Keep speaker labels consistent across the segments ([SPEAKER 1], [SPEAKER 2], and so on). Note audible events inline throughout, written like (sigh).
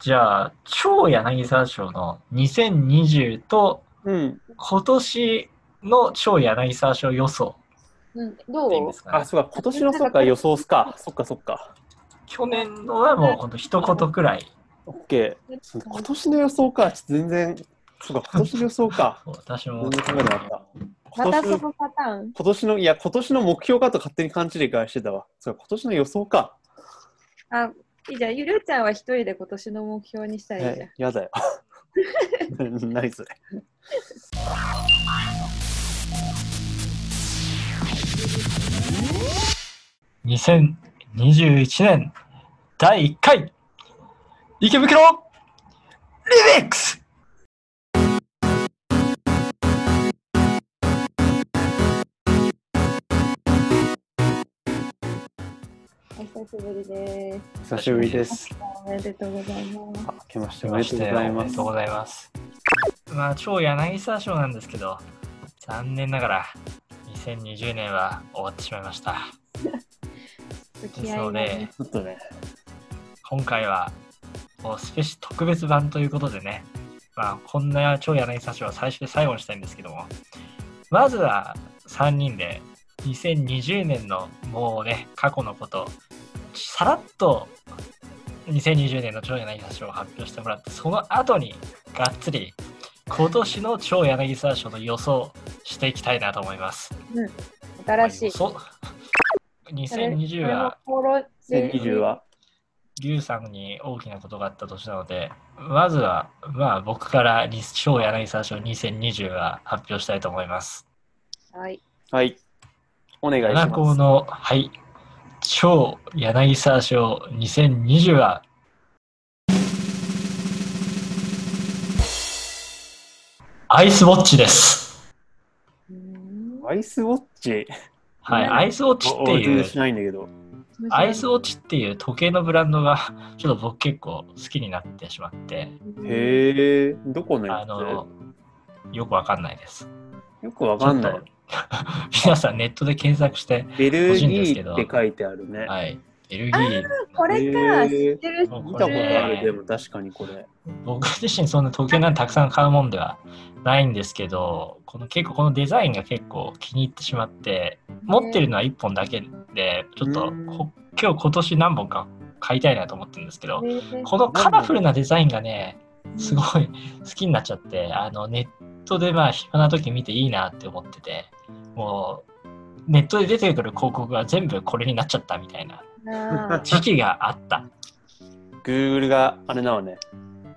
[SPEAKER 1] じゃあ、超柳沢賞の2020と
[SPEAKER 2] うん。
[SPEAKER 1] 今年の超柳沢賞予想
[SPEAKER 3] うん、ど
[SPEAKER 1] でいいん
[SPEAKER 3] う
[SPEAKER 1] ですか
[SPEAKER 2] あ、
[SPEAKER 1] ね。
[SPEAKER 2] そうか、今年のそっか予想すか。そっかそっか。
[SPEAKER 1] 去年のはもうほんと一言くらい。
[SPEAKER 2] オッケー。そう今年の予想か。ちょっと全然、そうか、今年の予想か。
[SPEAKER 1] 私
[SPEAKER 2] 全
[SPEAKER 1] も
[SPEAKER 2] 然考えてなかった。
[SPEAKER 3] ま
[SPEAKER 2] 今
[SPEAKER 3] た
[SPEAKER 2] 年
[SPEAKER 3] そ
[SPEAKER 2] の
[SPEAKER 3] のパター
[SPEAKER 2] 今
[SPEAKER 3] ン。
[SPEAKER 2] 年の、いや、今年の目標かと勝手に勘違いしてたわ。そうか、今年の予想か。
[SPEAKER 3] あ、いいじゃん。ゆるちゃんは一人で今年の目標にしたらいいじゃん
[SPEAKER 2] え。やだよ。 (laughs) 何それ。
[SPEAKER 1] 2021年第1回池袋リミックス
[SPEAKER 3] お久しぶりです。
[SPEAKER 2] 久しぶりです。
[SPEAKER 3] おめでとうございます。
[SPEAKER 2] あ明けまし
[SPEAKER 1] 来
[SPEAKER 2] ておめ
[SPEAKER 1] ま
[SPEAKER 2] でと
[SPEAKER 1] して
[SPEAKER 2] うござい
[SPEAKER 1] おめ
[SPEAKER 2] ま
[SPEAKER 1] ですとう。ございます。まあ、超柳沢賞なんですけど、残念ながら2020年は終わってしまいました。
[SPEAKER 3] 付
[SPEAKER 1] で
[SPEAKER 3] き
[SPEAKER 1] す
[SPEAKER 3] 合い
[SPEAKER 1] の
[SPEAKER 3] がね
[SPEAKER 1] で、
[SPEAKER 2] ちょっとね、
[SPEAKER 1] 今回はもうスペシャル特別版ということでね、まあ、こんな超柳沢賞は最初で最後にしたいんですけども、まずは3人で2020年のもうね、過去のこと、さらっと2020年の超柳沢賞を発表してもらって、その後にがっつり今年の超柳沢賞の予想していきたいなと思います。
[SPEAKER 3] 新しい。
[SPEAKER 1] そう。2020は
[SPEAKER 3] これもフォローで
[SPEAKER 2] 2020は、
[SPEAKER 1] 劉さんに大きなことがあった年なので、まずは、まあ、僕からに超柳沢賞2020は発表したいと思います。
[SPEAKER 3] はい。
[SPEAKER 2] はい。お願いし
[SPEAKER 1] 七校
[SPEAKER 2] ます。
[SPEAKER 1] の、はい、超柳沢賞2020は、アイスウォッチです。
[SPEAKER 3] うーん
[SPEAKER 2] アイスウォッチ、
[SPEAKER 1] はい、
[SPEAKER 3] うん
[SPEAKER 1] アイスウォッチっ
[SPEAKER 2] お
[SPEAKER 1] て
[SPEAKER 2] 全
[SPEAKER 1] い
[SPEAKER 2] 然
[SPEAKER 1] う、
[SPEAKER 2] しないんだけど。
[SPEAKER 1] アイスウォッチっていう時計のブランドが、ちょっと僕結構好きになってしまって、
[SPEAKER 2] へえ、どこの
[SPEAKER 1] あ
[SPEAKER 2] や
[SPEAKER 1] の、よくわかんないです。
[SPEAKER 2] つよくわかんない
[SPEAKER 1] ちょっ。 (laughs) 皆さんネットで検索して、
[SPEAKER 2] ベル
[SPEAKER 1] 欲しいん
[SPEAKER 2] ギ
[SPEAKER 1] ですけ
[SPEAKER 2] ー
[SPEAKER 1] ど
[SPEAKER 2] って書いてあるね。
[SPEAKER 1] はい、ベルギー。
[SPEAKER 3] これか、
[SPEAKER 2] へー
[SPEAKER 3] 知って
[SPEAKER 1] 見
[SPEAKER 3] る
[SPEAKER 1] た
[SPEAKER 2] 見
[SPEAKER 1] こ
[SPEAKER 2] たこと
[SPEAKER 1] れ
[SPEAKER 2] あ
[SPEAKER 1] ね
[SPEAKER 2] る、でも確かにこれ。
[SPEAKER 1] 僕自身そんな時計なんてたくさん買うもんではないんですけど、この結構このデザインが結構気に入ってしまって、持ってるのは1本だけで、ちょっとこ今日今年何本か買いたいなと思ってるんですけど、
[SPEAKER 3] ねね
[SPEAKER 1] このカラフルなデザインがね、すごい (laughs) 好きになっちゃって、あのネットでまあ暇な時見ていいなって思ってて、もうネットで出てくる広告が全部これになっちゃったみたいな
[SPEAKER 3] なあ
[SPEAKER 1] 時期があった。
[SPEAKER 2] Google があれなのね。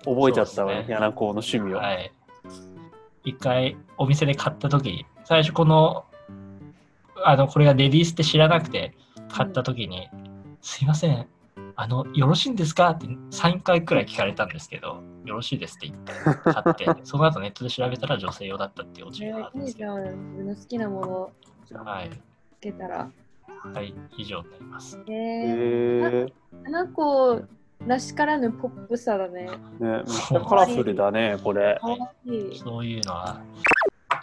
[SPEAKER 2] 覚えちゃっ
[SPEAKER 1] そ
[SPEAKER 2] たわ
[SPEAKER 1] う
[SPEAKER 2] ね
[SPEAKER 1] で、すね
[SPEAKER 2] ヤナコの趣味を。
[SPEAKER 1] はい。一回お店で買った時最初この、あの、これがレディースって知らなくて買った時に、すいません、あの、よろしいんですかって3回くらい聞かれたんですけど、よろしいですって言って買 (laughs) って、その後ネットで調べたら女性用だったっていうオチ
[SPEAKER 3] え
[SPEAKER 1] があるん
[SPEAKER 3] い
[SPEAKER 1] で
[SPEAKER 3] い
[SPEAKER 1] すけ
[SPEAKER 3] じ
[SPEAKER 1] ど。
[SPEAKER 3] ゃん。自分の好きなものを
[SPEAKER 1] はい。
[SPEAKER 3] つけたら。
[SPEAKER 1] はい、以上になります。
[SPEAKER 3] へ
[SPEAKER 2] へえ。
[SPEAKER 3] え。花子らしからぬポップさだね。
[SPEAKER 2] ね、めっちゃカラフルだね、これ。
[SPEAKER 3] 可愛い。
[SPEAKER 1] そういうのは、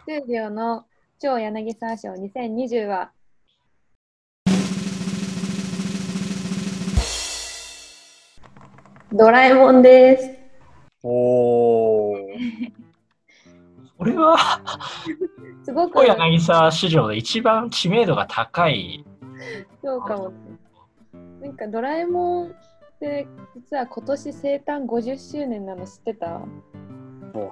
[SPEAKER 3] スタジオの超柳沢賞2020はドラえもんです。
[SPEAKER 2] おー。
[SPEAKER 1] これは、
[SPEAKER 3] すごく
[SPEAKER 1] 小柳沢市場で一番知名度が高い、
[SPEAKER 3] そうかも。なんかドラえもんって実は今年生誕50周年なの知ってた
[SPEAKER 2] も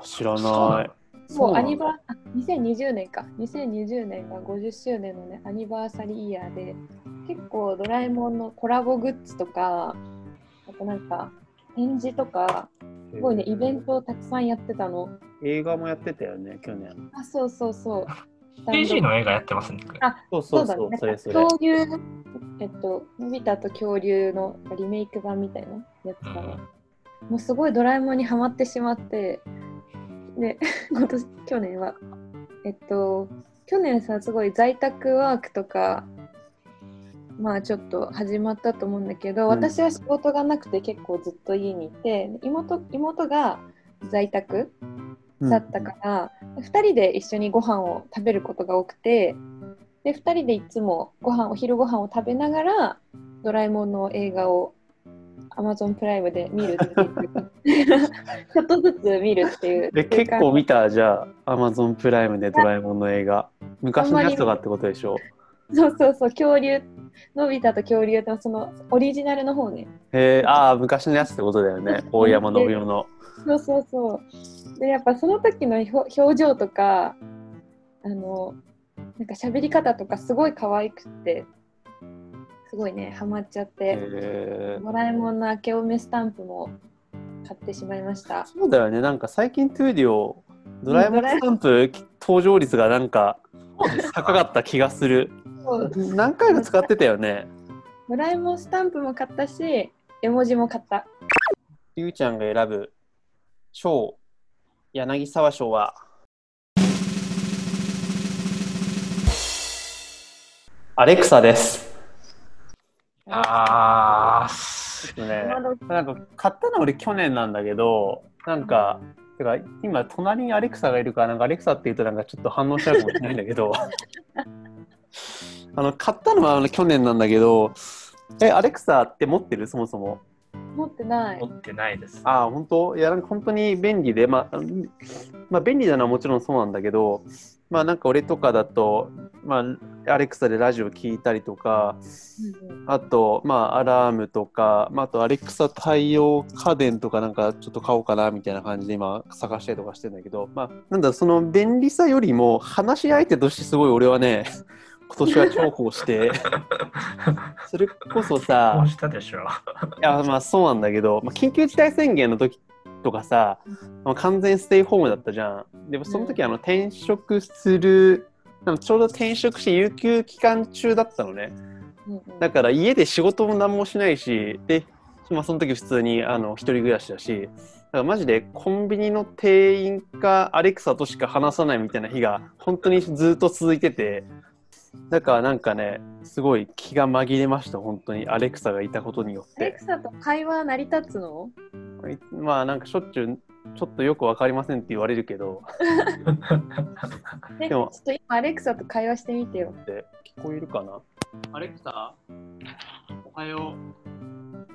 [SPEAKER 2] う知ら
[SPEAKER 1] そうな
[SPEAKER 2] ない。
[SPEAKER 3] もうア
[SPEAKER 2] な
[SPEAKER 3] ニ
[SPEAKER 2] んだ
[SPEAKER 3] バあ2020年か2020年が50周年のねアニバーサリーイヤーで結構ドラえもんのコラボグッズとかあとなんか展示とかすごいねイベントをたくさんやってたの
[SPEAKER 2] 映画もやってたよね、去年。
[SPEAKER 3] あそうそうそう
[SPEAKER 1] PG の映画やってますね。
[SPEAKER 2] そうそ
[SPEAKER 3] そう
[SPEAKER 2] う
[SPEAKER 3] だ
[SPEAKER 2] そう、
[SPEAKER 3] ね
[SPEAKER 2] それそれ。
[SPEAKER 3] 恐竜えっとのび太と恐竜のリメイク版みたいなやつ
[SPEAKER 1] う
[SPEAKER 3] かな、
[SPEAKER 1] ん
[SPEAKER 3] もうすごいドラえもんにはまってしまって、で、 (laughs) 今年、去年は、えっと、去年さ、すごい在宅ワークとか、まあちょっと始まったと思うんだけど、
[SPEAKER 2] うん
[SPEAKER 3] 私は仕事がなくて結構ずっと家にいて、妹妹が在宅
[SPEAKER 2] うん
[SPEAKER 3] だったから、2人で一緒にご飯を食べることが多くて、で、2人でいつもご飯、お昼ご飯を食べながら、ドラえもんの映画を Amazon プライムで見るっていう
[SPEAKER 2] (laughs)
[SPEAKER 3] ちょっとずつ見るっていう。
[SPEAKER 2] え、結構見た、じゃあ、アマゾンプライムでドラえもんの映画。昔のやつとかってことでしょ
[SPEAKER 3] そうそうそう、恐竜、のび太と恐竜とそのオリジナルの方ね。
[SPEAKER 2] へえああ、昔のやつってことだよね。大山信代の。
[SPEAKER 3] そうそうそう。で、やっぱその時のひょ表情とか、あの、なんか喋り方とかすごい可愛くって、すごいね、ハマっちゃって、
[SPEAKER 2] へえ
[SPEAKER 3] ドラえもんの明けおめスタンプも買ってしまいました。
[SPEAKER 2] そうだよね。なんか最近トゥーディオ、ドラえもんスタンプ登場率がなんか高かった気がする。
[SPEAKER 3] そう
[SPEAKER 2] 何回も使ってたよね。
[SPEAKER 3] ドラえもんスタンプも買ったし、絵文字も買った。
[SPEAKER 2] (laughs) ゆうちゃんが選ぶ賞、柳沢賞は、アレクサです。
[SPEAKER 1] あー、
[SPEAKER 2] ね
[SPEAKER 3] 今どき
[SPEAKER 2] なんか買ったの俺去年なんだけどなんかてか今隣にアレクサがいるからなんかアレクサって言うとなんかちょっと反応しちゃうかもしれないんだけどあの買ったのはあの去年なんだけどえアレクサって持ってるそもそも
[SPEAKER 3] 持ってない。
[SPEAKER 1] 持ってないです。 (laughs)
[SPEAKER 2] ああ本当いやなんか本当に便利でまあ、うんまあ、便利なのはもちろんそうなんだけどまあなんか俺とかだとまあアレクサでラジオ聞いたりとかあと、まあ、アラームとか、まあ、あと、アレクサ対応家電とかなんかちょっと買おうかなみたいな感じで今探したりとかしてるんだけど、まあ、なんだろう、その便利さよりも話し相手としてすごい俺はね、今年は重宝して、それこそ
[SPEAKER 1] こ (laughs)
[SPEAKER 2] さ
[SPEAKER 1] う、したでしょ。
[SPEAKER 2] いや、まあそうなんだけど、まあ、緊急事態宣言の時とかさ、まあ、完全ステイホームだったじゃん。でもその時あの転職する、なんかちょうど転職して有給期間中だったのね。だから家で仕事も何もしないしで、まあ、その時普通にあの一人暮らしだしだからマジでコンビニの店員かアレクサとしか話さないみたいな日が本当にずっと続いててだからなんかねすごい気が紛れました本当にアレクサがいたことによっ
[SPEAKER 3] アレ
[SPEAKER 2] て
[SPEAKER 3] クサと会話成り立つの
[SPEAKER 2] まあなんかしょっちゅうちょっとよくわかりませんって言われるけど
[SPEAKER 3] ね、ち
[SPEAKER 2] で
[SPEAKER 3] ょ
[SPEAKER 2] も
[SPEAKER 3] っと今アレクサと会話してみてよ。
[SPEAKER 2] で聞こえるかな
[SPEAKER 4] アレクサおはよう。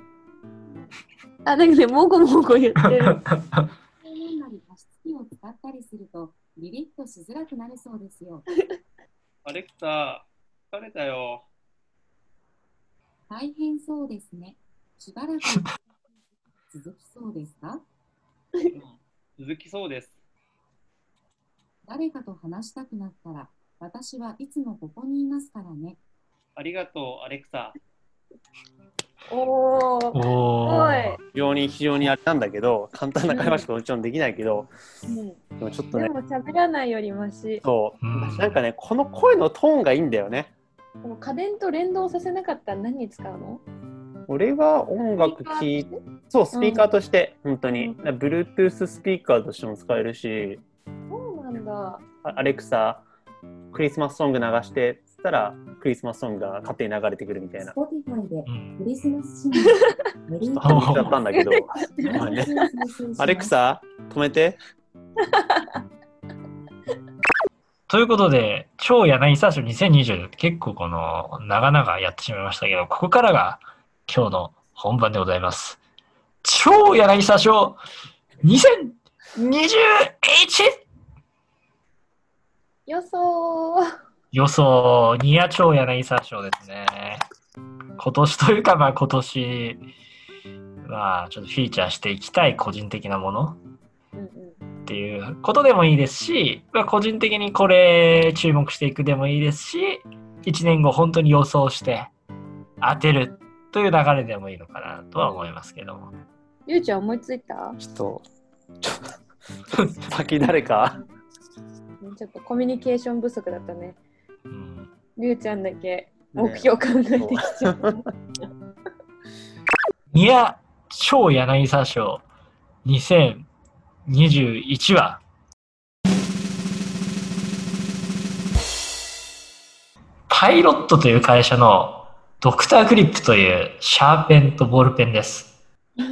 [SPEAKER 3] あ、なんかね、もごもご言って
[SPEAKER 1] (laughs)
[SPEAKER 3] る。
[SPEAKER 5] 低温なり加湿器を使ったりするとビリッとしづらくなるそうですよ。
[SPEAKER 4] アレクサ疲れたよ。
[SPEAKER 5] 大変そうですね。しばらく続きそうですか
[SPEAKER 4] 続きそうです。
[SPEAKER 5] 誰かと話したくなったら私はいつもここにいますからね。
[SPEAKER 4] ありがとう、アレクサ。
[SPEAKER 3] おー、す
[SPEAKER 1] お
[SPEAKER 3] ごい
[SPEAKER 1] ー。。
[SPEAKER 2] 非常に非常にあれなんだけど簡単な会話しかもちろんできないけど
[SPEAKER 3] うん、
[SPEAKER 2] でもちょっと
[SPEAKER 3] で
[SPEAKER 2] ね
[SPEAKER 3] も喋らないよりマシ。
[SPEAKER 2] そう、
[SPEAKER 1] うん
[SPEAKER 2] なんかねこの声のトーンがいいんだよね
[SPEAKER 3] でも家電と連動させなかったら何に使うの
[SPEAKER 2] 俺は音楽聴いてそうスピーカーとして、本当に、
[SPEAKER 3] うん
[SPEAKER 2] だから Bluetooth スピーカーとしても使えるし
[SPEAKER 3] そうなんだ。
[SPEAKER 2] あアレクサクリスマスソング流してっつったらクリスマスソングが勝手に流れてくるみたい (laughs) な
[SPEAKER 5] Spotify で
[SPEAKER 1] うん
[SPEAKER 5] クリスマスシンメリ
[SPEAKER 2] 言
[SPEAKER 5] ー
[SPEAKER 2] (laughs) っちゃったんだけどまあねアレクサ止めて
[SPEAKER 1] ということで、超柳沢賞2020、結構この、長々やってしまいましたけど、ここからが今日の本番でございます。超柳沢賞 2021!
[SPEAKER 3] 予想
[SPEAKER 1] 予想、ニア超柳沢賞ですね。今年というか、まあ今年、まあちょっとフィーチャーしていきたい個人的なもの
[SPEAKER 3] うんうん。
[SPEAKER 1] っていうことでもいいですし、まあ、個人的にこれ注目していくでもいいですし1年後本当に予想して当てるという流れでもいいのかなとは思いますけども
[SPEAKER 3] ゆうちゃん思いついた
[SPEAKER 2] ちょっとちょっと (laughs) 先誰か
[SPEAKER 3] ちょっとコミュニケーション不足だったね。
[SPEAKER 1] うん
[SPEAKER 3] ゆうちゃんだけ
[SPEAKER 2] ね
[SPEAKER 3] 目標考えてきちゃった。
[SPEAKER 1] いや超柳沢賞2021はパイロットという会社のドクターグリップというシャーペンとボールペンです。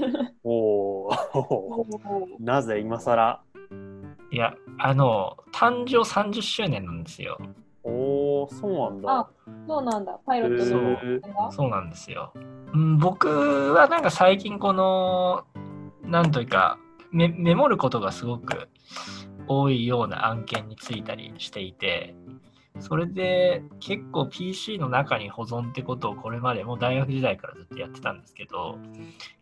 [SPEAKER 2] (laughs) おおなぜ今更
[SPEAKER 1] いや、あの、誕生30周年なんですよ。
[SPEAKER 2] おおそうなんだ
[SPEAKER 3] あ、 (laughs) そうなんだ。パイロッ
[SPEAKER 1] そ
[SPEAKER 3] ト
[SPEAKER 1] う
[SPEAKER 3] の。
[SPEAKER 2] へー
[SPEAKER 3] あれは
[SPEAKER 1] そうなんですよ。うん僕はなんか最近この、なんというかメメモることがすごく多いような案件についたりしていてそれで結構 PC の中に保存ってことをこれまでもう大学時代からずっとやってたんですけど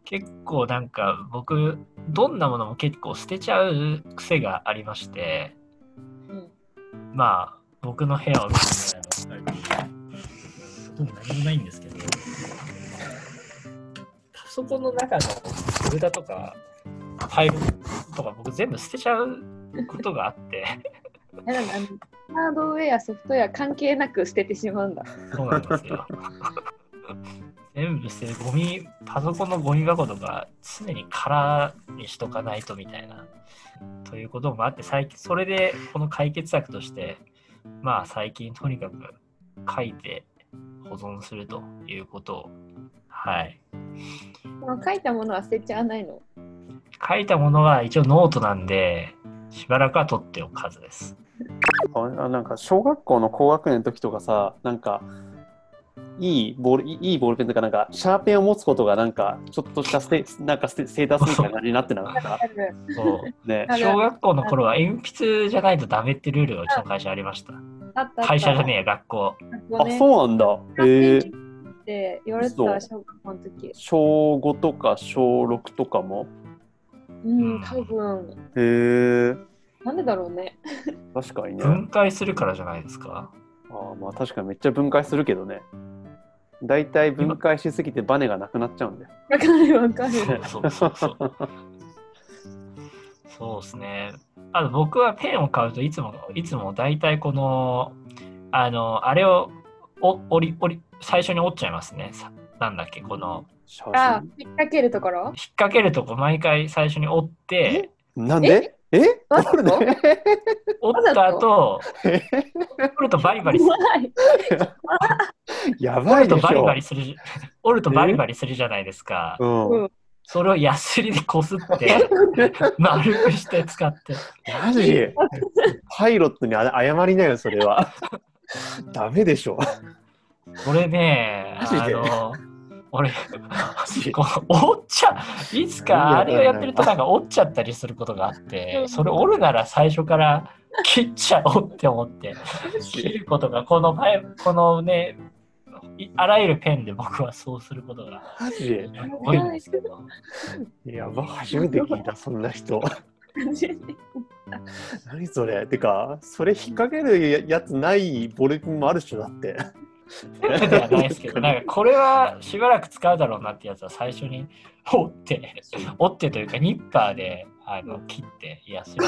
[SPEAKER 1] 結構なんか僕どんなものも結構捨てちゃう癖がありまして
[SPEAKER 3] うん
[SPEAKER 1] まあ僕の部屋を見てもらえば分かるほとんど何もないんですけどパソコンの中のグダとかファイルとか僕全部捨てちゃうことがあって
[SPEAKER 3] えなんかあのハードウェア、ソフトウェア関係なく捨ててしまうんだ。
[SPEAKER 1] そうなんですよ。全部捨てるゴミ、パソコンのゴミ箱とか常に空にしとかないとみたいな。ということもあって、最近、それでこの解決策として、まあ最近とにかく書いて保存するということを、はい。
[SPEAKER 3] その書いたものは捨てちゃわないの。
[SPEAKER 1] 書いたものは一応ノートなんで、しばらくは取っておくはずです。
[SPEAKER 2] あなんか小学校の高学年の時とかさなんかいいボールいいいボールペンとかなんかシャーペンを持つことがなんかちょっとしたステなんかステステータスみたいな感じになってなか
[SPEAKER 3] (laughs)
[SPEAKER 2] った
[SPEAKER 3] 多分
[SPEAKER 1] そう
[SPEAKER 2] ね
[SPEAKER 3] ある
[SPEAKER 1] 小学校の頃は鉛筆じゃないとダメってルールがうちの会社ありました。
[SPEAKER 3] あったあった。
[SPEAKER 1] 会社じゃねえや、学校。
[SPEAKER 3] 学校
[SPEAKER 2] あ
[SPEAKER 3] ね
[SPEAKER 2] そうなんだ
[SPEAKER 3] シ
[SPEAKER 2] へ
[SPEAKER 3] ャ
[SPEAKER 2] え
[SPEAKER 3] ーペンって言われてたわ小学校の時。
[SPEAKER 2] 小5とか小6とかも
[SPEAKER 3] うん、多分。
[SPEAKER 2] へえ
[SPEAKER 3] なんでだろうね。 (laughs)
[SPEAKER 2] 確かにね
[SPEAKER 1] 分解するからじゃないですか。
[SPEAKER 2] あーまあ確かにめっちゃ分解するけどね大体分解しすぎてバネがなくなっちゃうんだよ
[SPEAKER 3] わかるわかる。
[SPEAKER 1] そうそうそうそう。そうですね。あと僕はペンを買うといつも、いつも大体この、あの、あれをお折り、折り、最初に折っちゃいますね。さなんだっけ、この、
[SPEAKER 2] 写
[SPEAKER 3] あ
[SPEAKER 2] 真、
[SPEAKER 3] 引っ掛けるところ
[SPEAKER 1] 引っ掛けるとこ毎回最初に折って、
[SPEAKER 2] なんでえ
[SPEAKER 3] わざ
[SPEAKER 2] これ
[SPEAKER 3] と
[SPEAKER 2] ね (laughs)
[SPEAKER 1] 折った後、
[SPEAKER 2] え
[SPEAKER 1] 折るとバリバリする
[SPEAKER 3] 怖い。 (laughs)
[SPEAKER 2] や
[SPEAKER 1] 折
[SPEAKER 2] ば
[SPEAKER 1] る
[SPEAKER 2] いで
[SPEAKER 1] と
[SPEAKER 2] しょ
[SPEAKER 1] バリバリする (laughs) じ、折るとバリバリするじゃないですか。
[SPEAKER 2] うん、
[SPEAKER 3] うん
[SPEAKER 1] それをヤスリでこすって、丸くして使って。
[SPEAKER 2] マジパイロットにあ謝りなよそれはダメでしょ
[SPEAKER 1] これね、
[SPEAKER 2] マジで
[SPEAKER 1] あの、俺、こう折っちゃ、いつかあれをやってるとなんか折っちゃったりすることがあって、それ折るなら最初から切っちゃおうって思って、切ることが、このパイこのね、いあらゆるペンで僕はそうすることが
[SPEAKER 2] マジ
[SPEAKER 1] 多いんですけど、
[SPEAKER 2] やば初めて聞いたそんな人何それてかそれ引っ掛けるやつないボルピンもある人だって
[SPEAKER 1] ペンではないですけど、なんかこれはしばらく使うだろうなってやつは最初に折って、折ってというかニッパーであの切って、いや、それ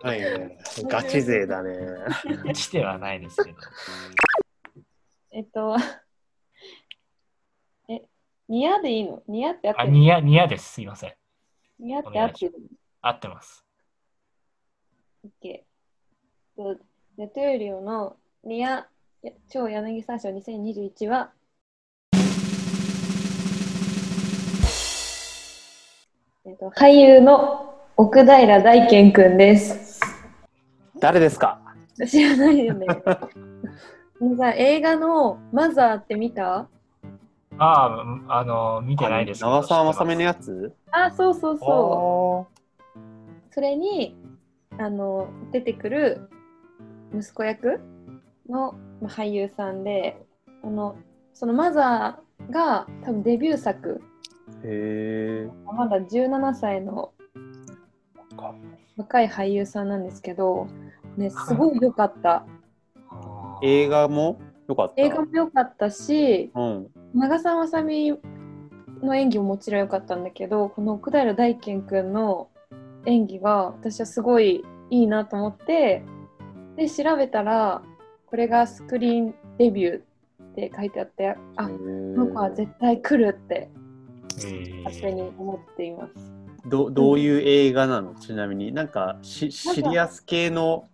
[SPEAKER 2] はいねガチ勢だね
[SPEAKER 1] してはないですけど。
[SPEAKER 3] えっと、え、ニヤでいいのニヤって合っ
[SPEAKER 1] あ、
[SPEAKER 3] てる
[SPEAKER 1] ニヤ、ニヤです。すいません。
[SPEAKER 3] ニヤって合ってる
[SPEAKER 1] 合ってます。
[SPEAKER 3] オッケー。と、ネトゥーリオのニヤや超柳沢賞2021は、えっと、俳優の奥平大賢くんです。
[SPEAKER 2] 誰ですか
[SPEAKER 3] 知らないよね。皆さん映画のマザーって見た
[SPEAKER 1] ああ、うんあの、見てないですけど。
[SPEAKER 2] 長澤まさみ
[SPEAKER 1] 知っ
[SPEAKER 2] の
[SPEAKER 1] て
[SPEAKER 2] やつ
[SPEAKER 3] あ、そうそうそう。
[SPEAKER 2] そ
[SPEAKER 3] それにあの出てくる息子役のまあ俳優さんであのそのマザーが多分デビュー作
[SPEAKER 2] うへえ
[SPEAKER 3] まだ17歳の若い俳優さんなんですけど、ね、すごい良かった
[SPEAKER 1] ます
[SPEAKER 2] 映画もよかった
[SPEAKER 3] 映画も良かったし
[SPEAKER 2] うん
[SPEAKER 3] 長澤まさみの演技ももちろん良かったんだけどこの奥平大賢くんの演技が私はすごいいいなと思ってで調べたらこれがスクリーンデビューって書いてあってあ
[SPEAKER 2] へ
[SPEAKER 3] こ
[SPEAKER 2] ー
[SPEAKER 3] の子は絶対来るって
[SPEAKER 1] え
[SPEAKER 3] 勝手に思っています。
[SPEAKER 2] どどういう映画なのちなみになんかしシリアス系の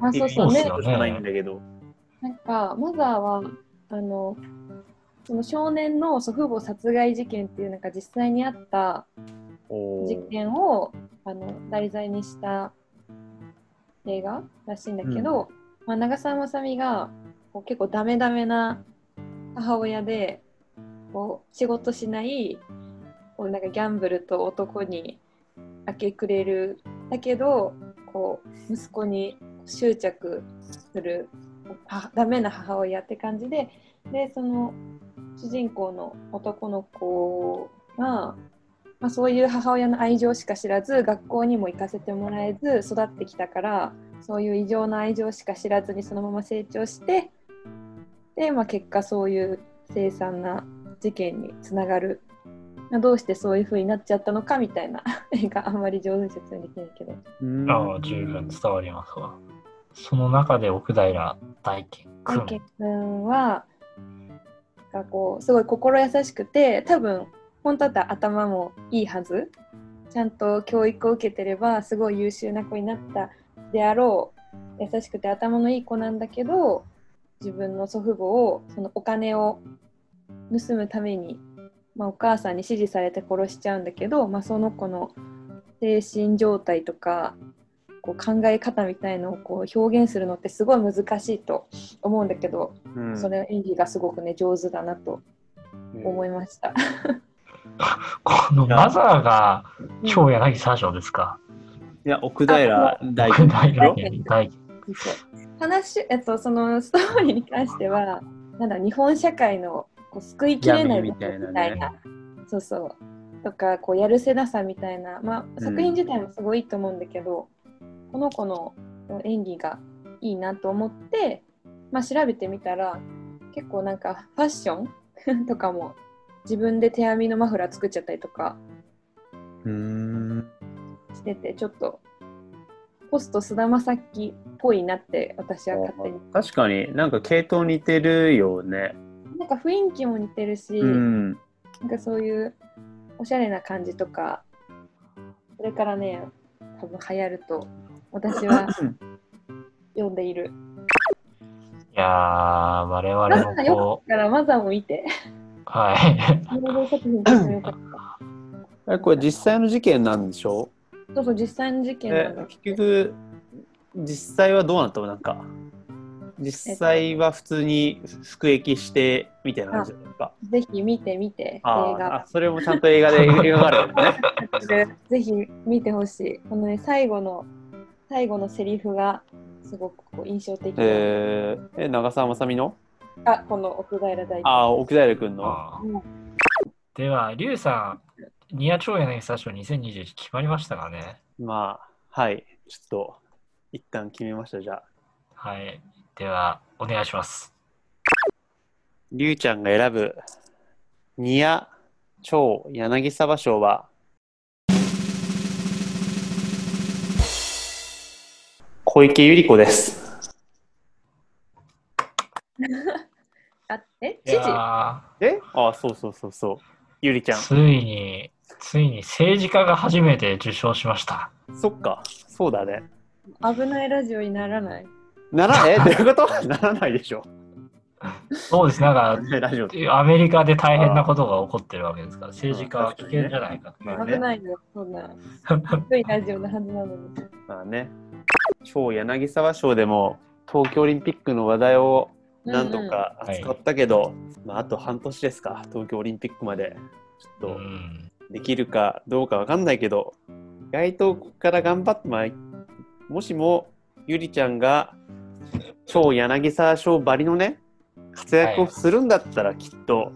[SPEAKER 3] あそうそうね
[SPEAKER 1] そうっすよ
[SPEAKER 2] しかないんだけど。
[SPEAKER 3] なんかマザーはあのその少年の祖父母殺害事件っていうなんか実際にあった
[SPEAKER 2] お
[SPEAKER 3] 事
[SPEAKER 2] ー
[SPEAKER 3] 件をあの題材にした映画らしいんだけど、まあ、長澤まさみがこう結構ダメダメな母親でこう仕事しないここうなんかギャンブルと男に明け暮れるだけどこう息子に執着するあダメな母親って感じででその主人公の男の子が、まあ、そういう母親の愛情しか知らず学校にも行かせてもらえず育ってきたからそういう異常な愛情しか知らずにそのまま成長してで、まあ、結果そういう凄惨な事件につながるまあどうしてそういう風になっちゃったのかみたいな (laughs) 映画あんまり上手に説明できないけど
[SPEAKER 2] うん
[SPEAKER 1] ああ、十分伝わりますわ。その中で奥平大輝く
[SPEAKER 3] 大
[SPEAKER 1] ん。
[SPEAKER 3] 輝くんはなんかこうすごい心優しくて多分本当だったら頭もいいはずちゃんと教育を受けてればすごい優秀な子になったであろう優しくて頭のいい子なんだけど自分の祖父母をそのお金を盗むために、まあ、お母さんに指示されて殺しちゃうんだけど、まあ、その子の精神状態とかこう考え方みたいのをこう表現するのってすごい難しいと思うんだけど、
[SPEAKER 2] うん
[SPEAKER 3] それ演技がすごくね上手だなと思いました。
[SPEAKER 1] このマザーが超柳沙将ですか。
[SPEAKER 2] いや、奥平大
[SPEAKER 1] 奥
[SPEAKER 2] 輝。
[SPEAKER 1] 平大輝。
[SPEAKER 3] 話えっとそのストーリーに関してはなんだ日本社会のこう救いきれない
[SPEAKER 2] 闇みたいなね
[SPEAKER 3] みたいなそうそうとかこうやるせなさみたいな、まあ、作品自体もすごいいいと思うんだけど、この子の演技がいいなと思って、まあ、調べてみたら結構なんかファッション (laughs) とかも自分で手編みのマフラー作っちゃったりとか
[SPEAKER 2] うん。
[SPEAKER 3] しててちょっとポスト菅田将暉っぽいなって私は勝手に
[SPEAKER 2] 確かになんか系統似てるよね。
[SPEAKER 3] なんか雰囲気も似てるし、
[SPEAKER 2] うん。
[SPEAKER 3] なんかそういうおしゃれな感じとかこれからね多分流行ると私は読んでいる
[SPEAKER 1] いやー、我
[SPEAKER 3] マ
[SPEAKER 1] 々
[SPEAKER 3] ザー
[SPEAKER 1] も
[SPEAKER 3] よ
[SPEAKER 1] こ
[SPEAKER 3] くからマザーも見
[SPEAKER 2] (laughs)
[SPEAKER 3] て
[SPEAKER 1] う、はい。
[SPEAKER 3] 報道作品としてよかっ
[SPEAKER 2] えこれ実際の事件なんでしょ
[SPEAKER 3] たそうそう実際の事件な
[SPEAKER 2] え
[SPEAKER 3] んだけ
[SPEAKER 2] 結局実際はどうなったのなんか実際は普通に服役してみたいな感じだったのか
[SPEAKER 3] どぜひ見て見て映
[SPEAKER 2] あー
[SPEAKER 3] 画
[SPEAKER 2] あそれもちゃんと映画
[SPEAKER 3] (laughs)
[SPEAKER 2] で描かれてるね
[SPEAKER 3] ぜひ見てほしいこのね最後の最後のセリフがすごくこう印象的な、
[SPEAKER 2] えーえ長澤まさみの
[SPEAKER 3] あこの奥平大
[SPEAKER 2] ああ奥平君の
[SPEAKER 3] (laughs) うん
[SPEAKER 1] では、リュウさん、ニア超柳沙将2021決まりましたかね。
[SPEAKER 2] まあはいちょっと一旦決めましたじゃあ
[SPEAKER 1] はい。では、お願いします。
[SPEAKER 2] りゅうちゃんが選ぶニア超柳沢賞は小池百合子です
[SPEAKER 3] あえ
[SPEAKER 1] い
[SPEAKER 3] 知事
[SPEAKER 1] や
[SPEAKER 2] えあそうそうそうそうゆりち
[SPEAKER 1] ー
[SPEAKER 2] ゃ
[SPEAKER 1] ついに、ついに政治家が初めて受賞しました。
[SPEAKER 2] んそっかそうだね
[SPEAKER 3] 危ないラジオにならない
[SPEAKER 2] ならえどう (laughs) いうことならないでしょ
[SPEAKER 1] そうです。なんか、
[SPEAKER 2] ラジオ
[SPEAKER 1] アメリカで大変なことが起こってるわけですから、政治家は危険じゃないか。
[SPEAKER 2] まあ
[SPEAKER 3] 危
[SPEAKER 2] ね
[SPEAKER 3] ないよ、そんな。低いラジオのはずなのに。
[SPEAKER 2] まあね超柳沢賞でも東京オリンピックの話題をなんとか扱ったけど、まあ、あと半年ですか東京オリンピックまでち
[SPEAKER 1] う
[SPEAKER 2] ょっと
[SPEAKER 1] ん。
[SPEAKER 2] できるかどうかわかんないけど意外とここから頑張ってまいもしもゆりちゃんが超柳沢賞ばりのね活躍をするんだったらきっと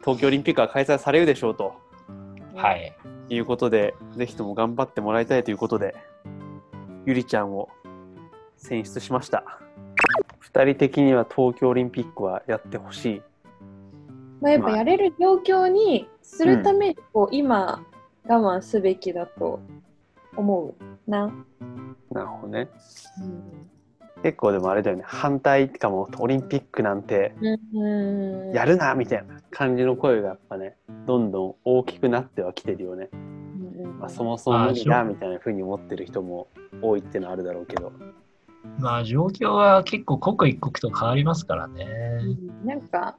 [SPEAKER 2] 東京オリンピックは開催されるでしょうと
[SPEAKER 3] うん。。
[SPEAKER 1] はいい。
[SPEAKER 2] いうことでぜひとも頑張ってもらいたいということでゆりちゃんを選出しました2人的には東京オリンピックはやってほしい
[SPEAKER 3] まあ、やっぱやれる状況にするために、こう、今、我慢すべきだと思うな。
[SPEAKER 2] なるほどね
[SPEAKER 3] うん。
[SPEAKER 2] 結構でもあれだよね反対ってかもうオリンピックなんて
[SPEAKER 3] うん、
[SPEAKER 2] やるなみたいな感じの声がやっぱねどんどん大きくなってはきてるよね、
[SPEAKER 3] うんうん
[SPEAKER 2] まあ、そもそも無理だみたいな風に思ってる人も多いってのはあるだろうけど
[SPEAKER 1] まあ、状況は結構刻一刻と変わりますからね。
[SPEAKER 3] うんなんか、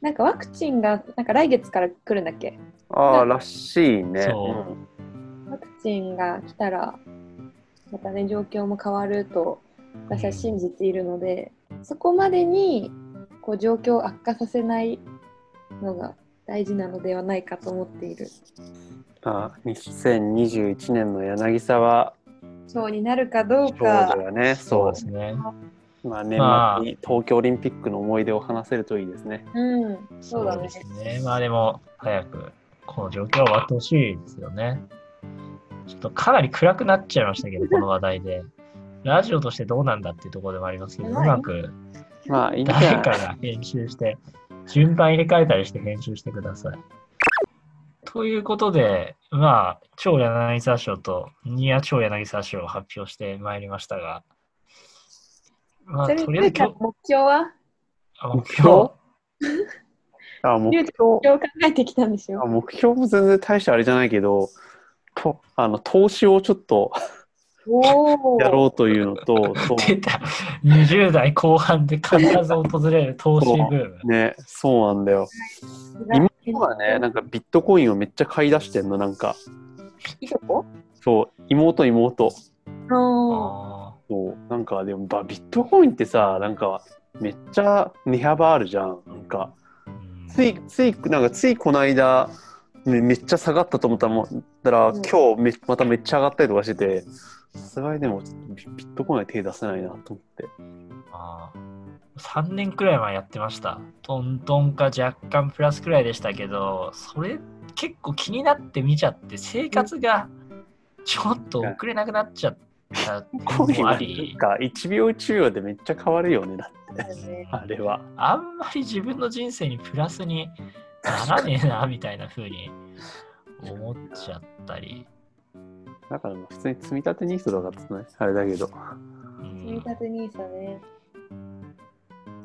[SPEAKER 3] なんかワクチンが、なんか来月から来るんだっけ
[SPEAKER 2] あ
[SPEAKER 3] あ
[SPEAKER 2] らしいね
[SPEAKER 1] そう
[SPEAKER 3] ワクチンが来たら、またね、状況も変わると私は信じているので、そこまでにこう状況を悪化させないのが大事なのではないかと思っている。
[SPEAKER 2] あ2021年の柳沢
[SPEAKER 3] そうになるかどう
[SPEAKER 2] 賞では
[SPEAKER 3] か。
[SPEAKER 2] ね、そ
[SPEAKER 1] ですね。
[SPEAKER 2] う、まあ、年
[SPEAKER 1] まあ
[SPEAKER 2] 末に東京オリンピックの思い出を話せるといいですね。
[SPEAKER 3] うん、そうだね
[SPEAKER 1] で。すね。まあでも、早くこの状況は終わってほしいですよね。ちょっとかなり暗くなっちゃいましたけど、この話題で。ラジオとしてどうなんだっていうところでもありますけど、う
[SPEAKER 3] うまい
[SPEAKER 1] まく
[SPEAKER 2] まあ、いいんじゃ
[SPEAKER 1] 誰か
[SPEAKER 2] ない
[SPEAKER 1] が編集して、順番入れ替えたりして編集してください。ということで、まあ、超柳沢賞とニア超柳沢賞を発表してまいりましたが、まあ、
[SPEAKER 3] ちなみ
[SPEAKER 1] とり
[SPEAKER 3] に、
[SPEAKER 1] あえ
[SPEAKER 3] ゆう
[SPEAKER 1] ず
[SPEAKER 3] ちゃん
[SPEAKER 1] 今
[SPEAKER 3] の目標は
[SPEAKER 1] 日、目標、
[SPEAKER 2] あ目
[SPEAKER 3] ゆう
[SPEAKER 2] 標
[SPEAKER 3] ちゃんの目標を考えてきたんです
[SPEAKER 2] あ
[SPEAKER 3] よ。
[SPEAKER 2] 目標も全然大してあれじゃないけど、とあの投資をちょっと
[SPEAKER 3] おお。
[SPEAKER 2] やろうというの (laughs) と、そう
[SPEAKER 1] 出た20代後半で必ず訪れる投資ブーム。
[SPEAKER 2] ね、そうなんだよ。今はね、なんかビットコインをめっちゃ買い出してんの、なんか。
[SPEAKER 3] いとこ
[SPEAKER 2] そう、妹、妹。
[SPEAKER 3] おー
[SPEAKER 1] あ
[SPEAKER 2] そう、なんかでも、ばビットコインってさ、なんかめっちゃ値幅あるじゃん。なんか、
[SPEAKER 1] ーうん
[SPEAKER 2] つい、つい、なんかついこの間、ね、めっちゃ下がったと思ったら、もうだから
[SPEAKER 3] うん
[SPEAKER 2] 今日めまためっちゃ上がったりとかしてて、さすがにでもちょっとビビットコインは手出せないなと思って。
[SPEAKER 1] あー3年くらい前やってました。トントンか若干プラスくらいでしたけど、それ結構気になって見ちゃって、生活がちょっと遅れなくなっちゃったの
[SPEAKER 2] コイン
[SPEAKER 1] もあ
[SPEAKER 2] は
[SPEAKER 1] り、
[SPEAKER 2] (laughs) なんか1秒1秒でめっちゃ変わるよね、だって
[SPEAKER 3] そうだね
[SPEAKER 2] あれは。
[SPEAKER 1] あんまり自分の人生にプラスにならねえな、みたいな風に思っちゃったり。
[SPEAKER 2] だからまあ普通に積み立てニートとかだとね、あれだけど。
[SPEAKER 1] うん
[SPEAKER 3] 積み立て兄さんね。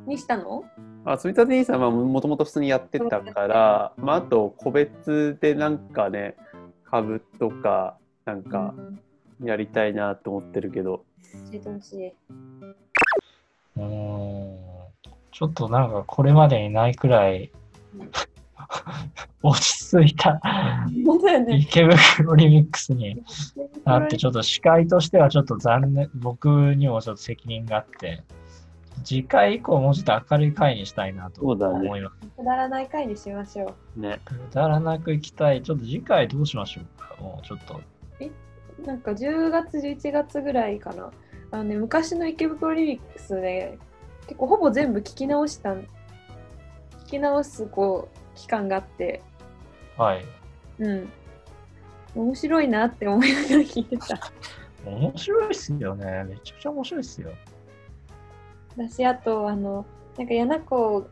[SPEAKER 3] にしたの
[SPEAKER 2] あ積み立て NISA はもともと普通にやってたから、まあ、あと個別でなんかね株とかなんかやりたいなと思ってるけど、
[SPEAKER 3] 教えてほしい。
[SPEAKER 1] うーんちょっとなんかこれまでにないくらい (laughs) 落ち着いた
[SPEAKER 3] 本当だよ
[SPEAKER 1] (laughs)
[SPEAKER 3] ね。
[SPEAKER 1] 池袋リミックスになってちょっと司会としてはちょっと残念僕にもちょっと責任があって次回以降もうちょっと明るい回にしたいなと
[SPEAKER 2] そうだね
[SPEAKER 1] 思います、
[SPEAKER 3] くだらない回にしましょう。
[SPEAKER 2] ね、
[SPEAKER 1] くだらなくいきたいちょっと次回どうしましょうかもうちょっと
[SPEAKER 3] なんか10月、11月ぐらいかな。あのね、昔の池袋リミックスね、結構ほぼ全部聞き直したん、聞き直すこう期間があって、
[SPEAKER 1] はい
[SPEAKER 3] うん。面白いなって思いながら聞いて
[SPEAKER 1] (laughs)
[SPEAKER 3] た。
[SPEAKER 1] 面白いっすよねめちゃくちゃ面白いっすよ
[SPEAKER 3] 私、あと、あの、なんか、やなこ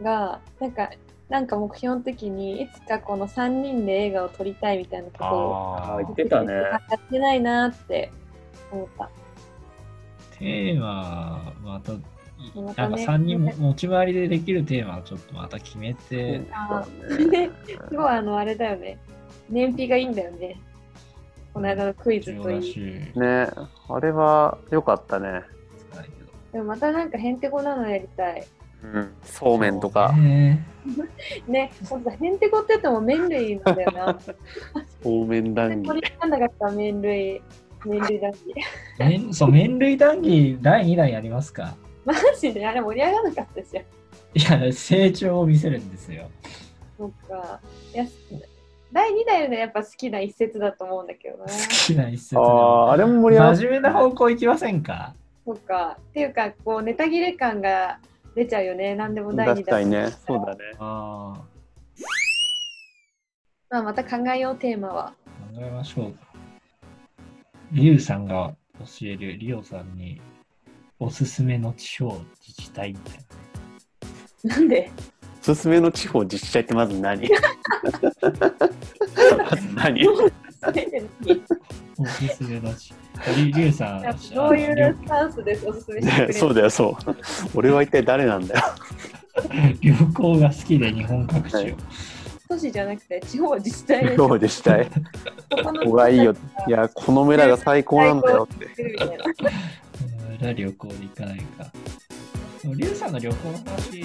[SPEAKER 3] が、なんか、なんか目標の時に、いつかこの3人で映画を撮りたいみたいなことを
[SPEAKER 1] あ
[SPEAKER 2] あ
[SPEAKER 1] ー
[SPEAKER 2] ー言ってたね
[SPEAKER 3] やってないなって思った。
[SPEAKER 1] テーマ、また、
[SPEAKER 3] また
[SPEAKER 1] なんか
[SPEAKER 3] ね
[SPEAKER 1] 3人も持ち回りでできるテーマをちょっとまた決めて、
[SPEAKER 3] あーねすごいあのあれだよね。燃費がいいんだよね。この間のクイズ
[SPEAKER 1] 必
[SPEAKER 3] と
[SPEAKER 1] 要だ
[SPEAKER 3] いい。
[SPEAKER 1] し、
[SPEAKER 2] ねあれは良かったね、
[SPEAKER 1] 使えるけど
[SPEAKER 3] でもまたなんかへんてこなのやりたい。
[SPEAKER 2] うん、そうめんとか
[SPEAKER 1] そうね
[SPEAKER 3] ね、ほんとへんてこって言っても麺類なんだよな。
[SPEAKER 2] そうめん
[SPEAKER 3] へ
[SPEAKER 2] 談
[SPEAKER 3] んてこ
[SPEAKER 2] 義
[SPEAKER 3] になんなかったら麺類、麺類だし。 (laughs)
[SPEAKER 1] 麺そう、麺類談義第2弾やりますか。
[SPEAKER 3] マジであれ盛り上がらなかったじゃん。
[SPEAKER 1] いや、成長を見せるんですよ。
[SPEAKER 3] そっか。いや第2弾よね、やっぱ好きな一節だと思うんだけどな。
[SPEAKER 1] 好
[SPEAKER 3] そ
[SPEAKER 1] きな一節で
[SPEAKER 2] あ
[SPEAKER 1] も。
[SPEAKER 2] ああれも盛り上がっ
[SPEAKER 1] 真面目な方向行きませんか
[SPEAKER 3] っか。っていうか、こう、ネタ切れ感が出ちゃうよね。なんでも第
[SPEAKER 2] た
[SPEAKER 3] 2
[SPEAKER 2] 確か
[SPEAKER 3] 弾。
[SPEAKER 2] にねそうだね
[SPEAKER 1] あ
[SPEAKER 3] まあ、また考えよう、テーマは。
[SPEAKER 1] あ、考えましょう。リュウさんが教えるリオさんにおすすめの地方自治体みたいな。
[SPEAKER 3] なんで
[SPEAKER 2] おすすめの地方自治体ってまず何まず何
[SPEAKER 1] おすすめのし。りりゅうさん、
[SPEAKER 3] どうい
[SPEAKER 1] あの
[SPEAKER 3] うスタンスでおすすめしてくれ
[SPEAKER 2] ね
[SPEAKER 3] る
[SPEAKER 2] そうだよそう俺は一体誰なんだよ
[SPEAKER 1] 旅旅行が好きで日本各地を。
[SPEAKER 2] はい
[SPEAKER 3] 都市じゃなくて地方自治体で
[SPEAKER 2] 地方自治体
[SPEAKER 3] ここの
[SPEAKER 2] ここがいいよ。いや、この村が最高なんだよって。
[SPEAKER 3] 自治体みたいな
[SPEAKER 1] うん裏旅行で行かないか。りゅうさんの旅行の話、